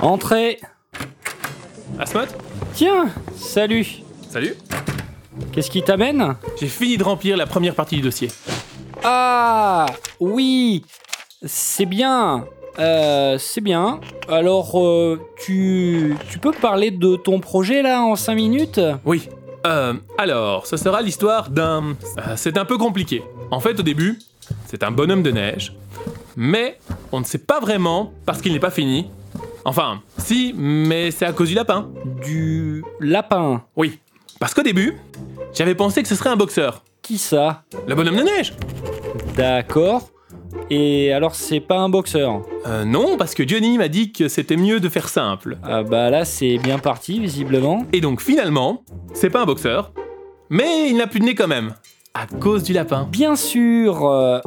Entrez Asmod Tiens Salut Salut Qu'est-ce qui t'amène J'ai fini de remplir la première partie du dossier. Ah Oui C'est bien Euh, C'est bien. Alors, euh, tu, tu peux parler de ton projet là en 5 minutes Oui. Euh, alors, ce sera l'histoire d'un... Euh, c'est un peu compliqué. En fait, au début, c'est un bonhomme de neige. Mais on ne sait pas vraiment parce qu'il n'est pas fini. Enfin, si, mais c'est à cause du lapin. Du lapin. Oui. Parce qu'au début, j'avais pensé que ce serait un boxeur. Qui ça Le bonhomme de neige D'accord. Et alors, c'est pas un boxeur Euh, non, parce que Johnny m'a dit que c'était mieux de faire simple. Ah bah là, c'est bien parti, visiblement. Et donc finalement, c'est pas un boxeur, mais il n'a plus de nez quand même. À cause du lapin. Bien sûr euh,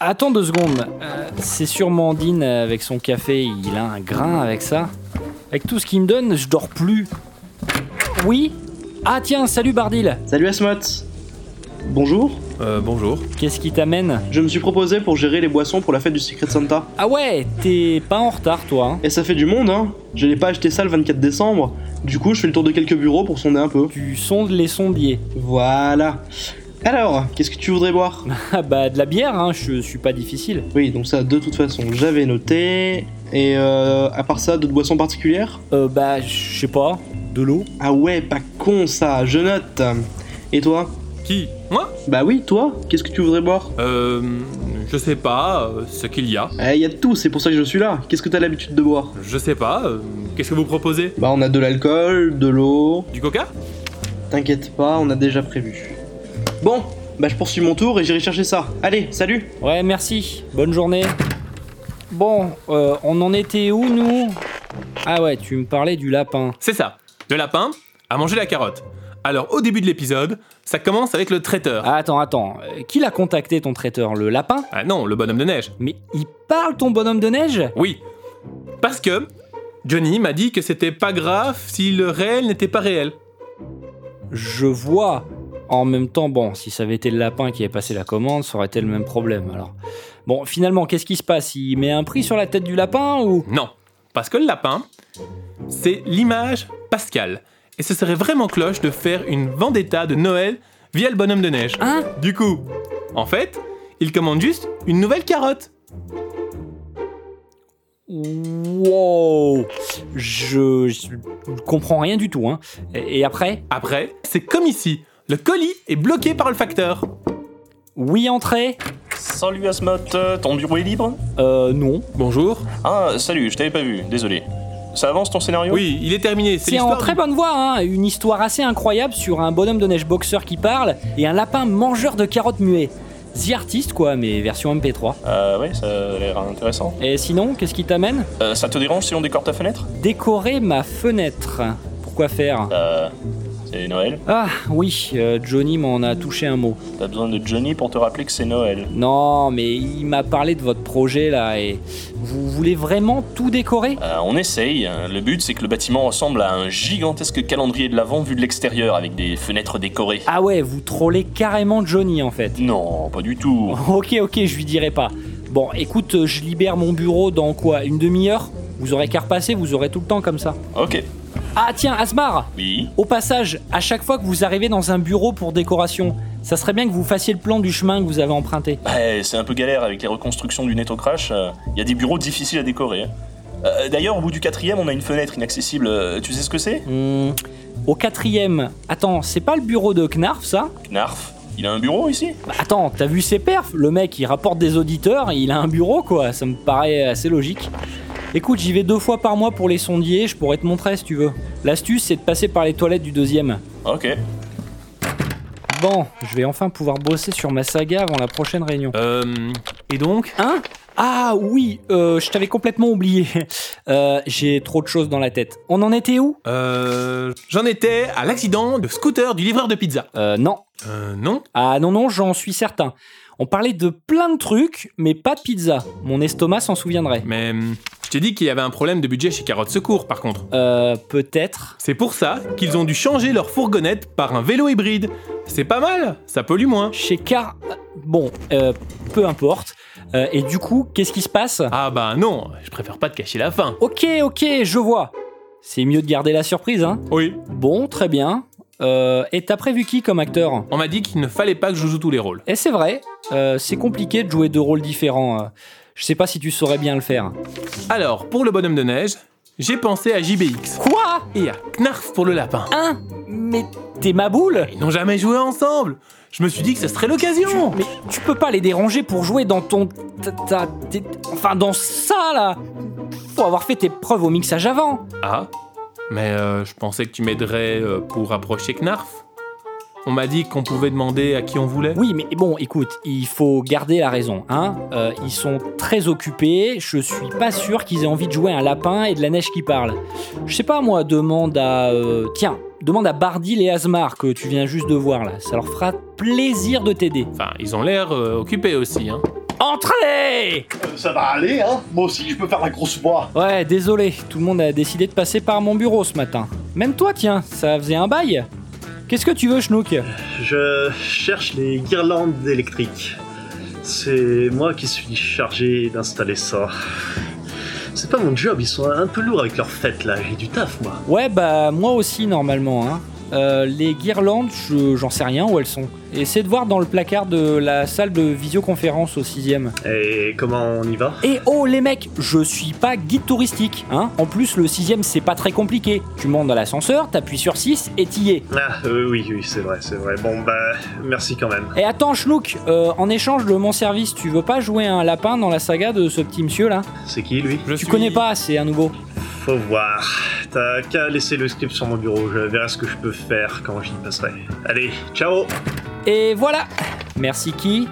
Attends deux secondes. Euh, c'est sûrement Dean avec son café, il a un grain avec ça. Avec tout ce qu'il me donne, je dors plus. Oui Ah tiens, salut Bardil Salut Asmat Bonjour, Euh, bonjour. Qu'est-ce qui t'amène je me suis proposé pour gérer les boissons pour la fête du Secret Santa. Ah ouais, t'es pas en retard toi. hein. Et ça fait du monde, hein Je n'ai pas acheté ça le 24 décembre, du coup je fais le tour de quelques bureaux pour sonder un peu. Tu sondes les sondiers. Voilà Alors, qu'est-ce que tu voudrais boire Ah bah de la bière, hein, je suis pas difficile. Oui, donc ça de toute façon j'avais noté. Et euh, à part ça, d'autres boissons particulières Euh bah je sais pas, de l'eau Ah ouais, pas con ça, je note Et toi Qui Moi Bah oui, toi Qu'est-ce que tu voudrais boire Euh. Je sais pas euh, ce qu'il y a. Eh, y a de tout, c'est pour ça que je suis là. Qu'est-ce que t'as l'habitude de boire Je sais pas. euh, Qu'est-ce que vous proposez Bah on a de l'alcool, de l'eau, Du coca T'inquiète pas, on a déjà prévu. Bon, bah je poursuis mon tour et j'irai chercher ça. Allez, salut Ouais, merci. Bonne journée. Bon, euh, on en était où nous Ah ouais, tu me parlais du lapin. C'est ça. Le lapin a mangé la carotte. Alors au début de l'épisode, ça commence avec le traiteur. Ah, attends, attends. Euh, Qui l'a contacté ton traiteur Le lapin Ah non, le bonhomme de neige. Mais il parle ton bonhomme de neige Oui. Parce que Johnny m'a dit que c'était pas grave si le réel n'était pas réel. Je vois. En même temps, bon, si ça avait été le lapin qui avait passé la commande, ça aurait été le même problème alors. Bon, finalement, qu'est-ce qui se passe Il met un prix sur la tête du lapin ou Non, parce que le lapin, c'est l'image Pascal. Et ce serait vraiment cloche de faire une vendetta de Noël via le bonhomme de neige. Hein Du coup, en fait, il commande juste une nouvelle carotte. Wow Je, je comprends rien du tout, hein. Et, et après Après, c'est comme ici. Le colis est bloqué par le facteur. Oui, entrée Salut Asmat, euh, ton bureau est libre Euh, non. Bonjour. Ah, salut, je t'avais pas vu, désolé. Ça avance ton scénario Oui, il est terminé. C'est C'est en l'histoire. très du- bonne voie, hein. Une histoire assez incroyable sur un bonhomme de neige boxeur qui parle et un lapin mangeur de carottes muets. The Artist, quoi, mais version MP3. Euh, ouais, ça a l'air intéressant. Et sinon, qu'est-ce qui t'amène Euh, ça te dérange si on décore ta fenêtre Décorer ma fenêtre. Pourquoi faire Euh, c'est Noël. Ah oui, euh, Johnny m'en a touché un mot. T'as besoin de Johnny pour te rappeler que c'est Noël. Non, mais il m'a parlé de votre projet là et vous voulez vraiment tout décorer Euh, on essaye. Le but, c'est que le bâtiment ressemble à un gigantesque calendrier de l'Avent vu de l'extérieur avec des fenêtres décorées. Ah ouais, vous trollez carrément Johnny en fait. Non, pas du tout. Ok, ok, je lui dirai pas. Bon, écoute, euh, je libère mon bureau dans quoi Une demi-heure Vous aurez qu'à repasser, vous aurez tout le temps comme ça. Ok. Ah tiens, Asmar Oui. Au passage, à chaque fois que vous arrivez dans un bureau pour décoration, ça serait bien que vous fassiez le plan du chemin que vous avez emprunté. Ouais, c'est un peu galère avec les reconstructions du Netto Crash. Il y a des bureaux difficiles à décorer. hein. Euh, D'ailleurs, au bout du quatrième, on a une fenêtre inaccessible. Euh, Tu sais ce que c'est Hmm, Au quatrième, attends, c'est pas le bureau de Knarf ça Knarf. Il a un bureau ici Bah, Attends, t'as vu ses perfs Le mec, il rapporte des auditeurs, il a un bureau, quoi. Ça me paraît assez logique. Écoute, j'y vais deux fois par mois pour les sondiers, je pourrais te montrer si tu veux. L'astuce, c'est de passer par les toilettes du deuxième. Ok. Bon, je vais enfin pouvoir bosser sur ma saga avant la prochaine réunion. Euh, et donc Hein Ah oui, euh, je t'avais complètement oublié. Euh, J'ai trop de choses dans la tête. On en était où euh, J'en étais à l'accident de scooter du livreur de pizza. Euh, non. Euh, non Ah non, non, j'en suis certain. On parlait de plein de trucs, mais pas de pizza. Mon estomac s'en souviendrait. Mais hum, je t'ai dit qu'il y avait un problème de budget chez Carotte Secours, par contre. Euh, peut-être. C'est pour ça qu'ils ont dû changer leur fourgonnette par un vélo hybride. C'est pas mal, ça pollue moins. Chez Car... Bon, euh, peu importe. Euh, et du coup, qu'est-ce qui se passe Ah bah non, je préfère pas te cacher la fin. Ok, ok, je vois. C'est mieux de garder la surprise, hein. Oui, Bon, très bien. Euh, et t'as prévu qui comme acteur on m'a dit qu'il ne fallait pas que je joue tous les rôles. Et Eh, c'est vrai, euh, c'est compliqué de jouer deux rôles différents. euh. Je sais pas si tu saurais bien le faire. Alors, pour le bonhomme de neige, j'ai pensé à JBX Quoi et à Knarf pour le lapin. Hein Mais t'es ma boule Ils n'ont jamais joué ensemble. Je me suis dit que ce serait l'occasion. Mais tu peux pas les déranger pour jouer dans ton... ta- ta- tes- enfin, dans ça, là Faut avoir fait tes preuves au mixage avant Ah, mais euh, je pensais que tu m'aiderais euh, pour approcher Knarf. On m'a dit qu'on pouvait demander à qui on voulait. Oui, mais bon, écoute, il faut garder la raison, hein Euh, Ils sont très occupés, je suis pas sûr qu'ils aient envie de jouer un lapin et de la neige qui parle. Je sais pas, moi, demande à... euh, tiens, demande à Bardil et Asmar, que tu viens juste de voir, là. Ça leur fera plaisir de t'aider. Enfin, ils ont l'air euh, occupés aussi. Hein. Entrez Ça va aller, hein Moi aussi, je peux faire la grosse voix. Ouais, désolé, tout le monde a décidé de passer par mon bureau ce matin. Même toi, tiens, ça faisait un bail. Qu'est-ce que tu veux, Schnook Je cherche les guirlandes électriques. C'est moi qui suis chargé d'installer ça. C'est pas mon job, ils sont un peu lourds avec leurs fêtes là, j'ai du taf moi. Ouais, bah moi aussi normalement. Hein. Euh, les guirlandes, je- j'en sais rien où elles sont. Essaie de voir dans le placard de la salle de visioconférence au 6ème. Et comment on y va Et oh les mecs, je suis pas guide touristique. Hein. En plus, le 6ème, c'est pas très compliqué. Tu montes dans l'ascenseur, t'appuies sur 6 et t'y es. Ah euh, oui, oui, c'est vrai, c'est vrai. Bon bah, merci quand même. Et Eh, attends, Schnook, euh, en échange de mon service, tu veux pas jouer un lapin dans la saga de ce petit monsieur là C'est qui lui Je Tu suis- connais pas, c'est un nouveau. Faut voir. T'as qu'à laisser le script sur mon bureau, je verrai ce que je peux faire quand j'y passerai. Allez, ciao Et voilà Merci qui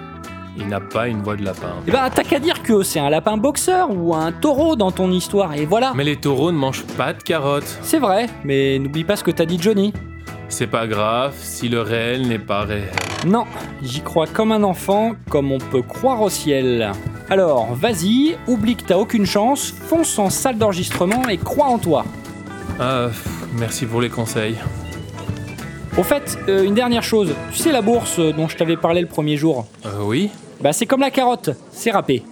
Il n'a pas une voix de lapin. Eh ben, t'as qu'à dire que c'est un lapin boxeur ou un taureau dans ton histoire, et voilà Mais les taureaux ne mangent pas de carottes. C'est vrai, mais n'oublie pas ce que t'as dit Johnny. C'est pas grave si le réel n'est pas réel. Non, j'y crois comme un enfant, comme on peut croire au ciel. Alors, vas-y, oublie que t'as aucune chance, fonce en salle d'enregistrement et crois en toi. Ah, pff, merci pour les conseils. Au fait, euh, une dernière euh, chose, tu sais la bourse dont je t'avais parlé le premier jour Euh, oui Bah c'est comme la carotte, c'est râpé.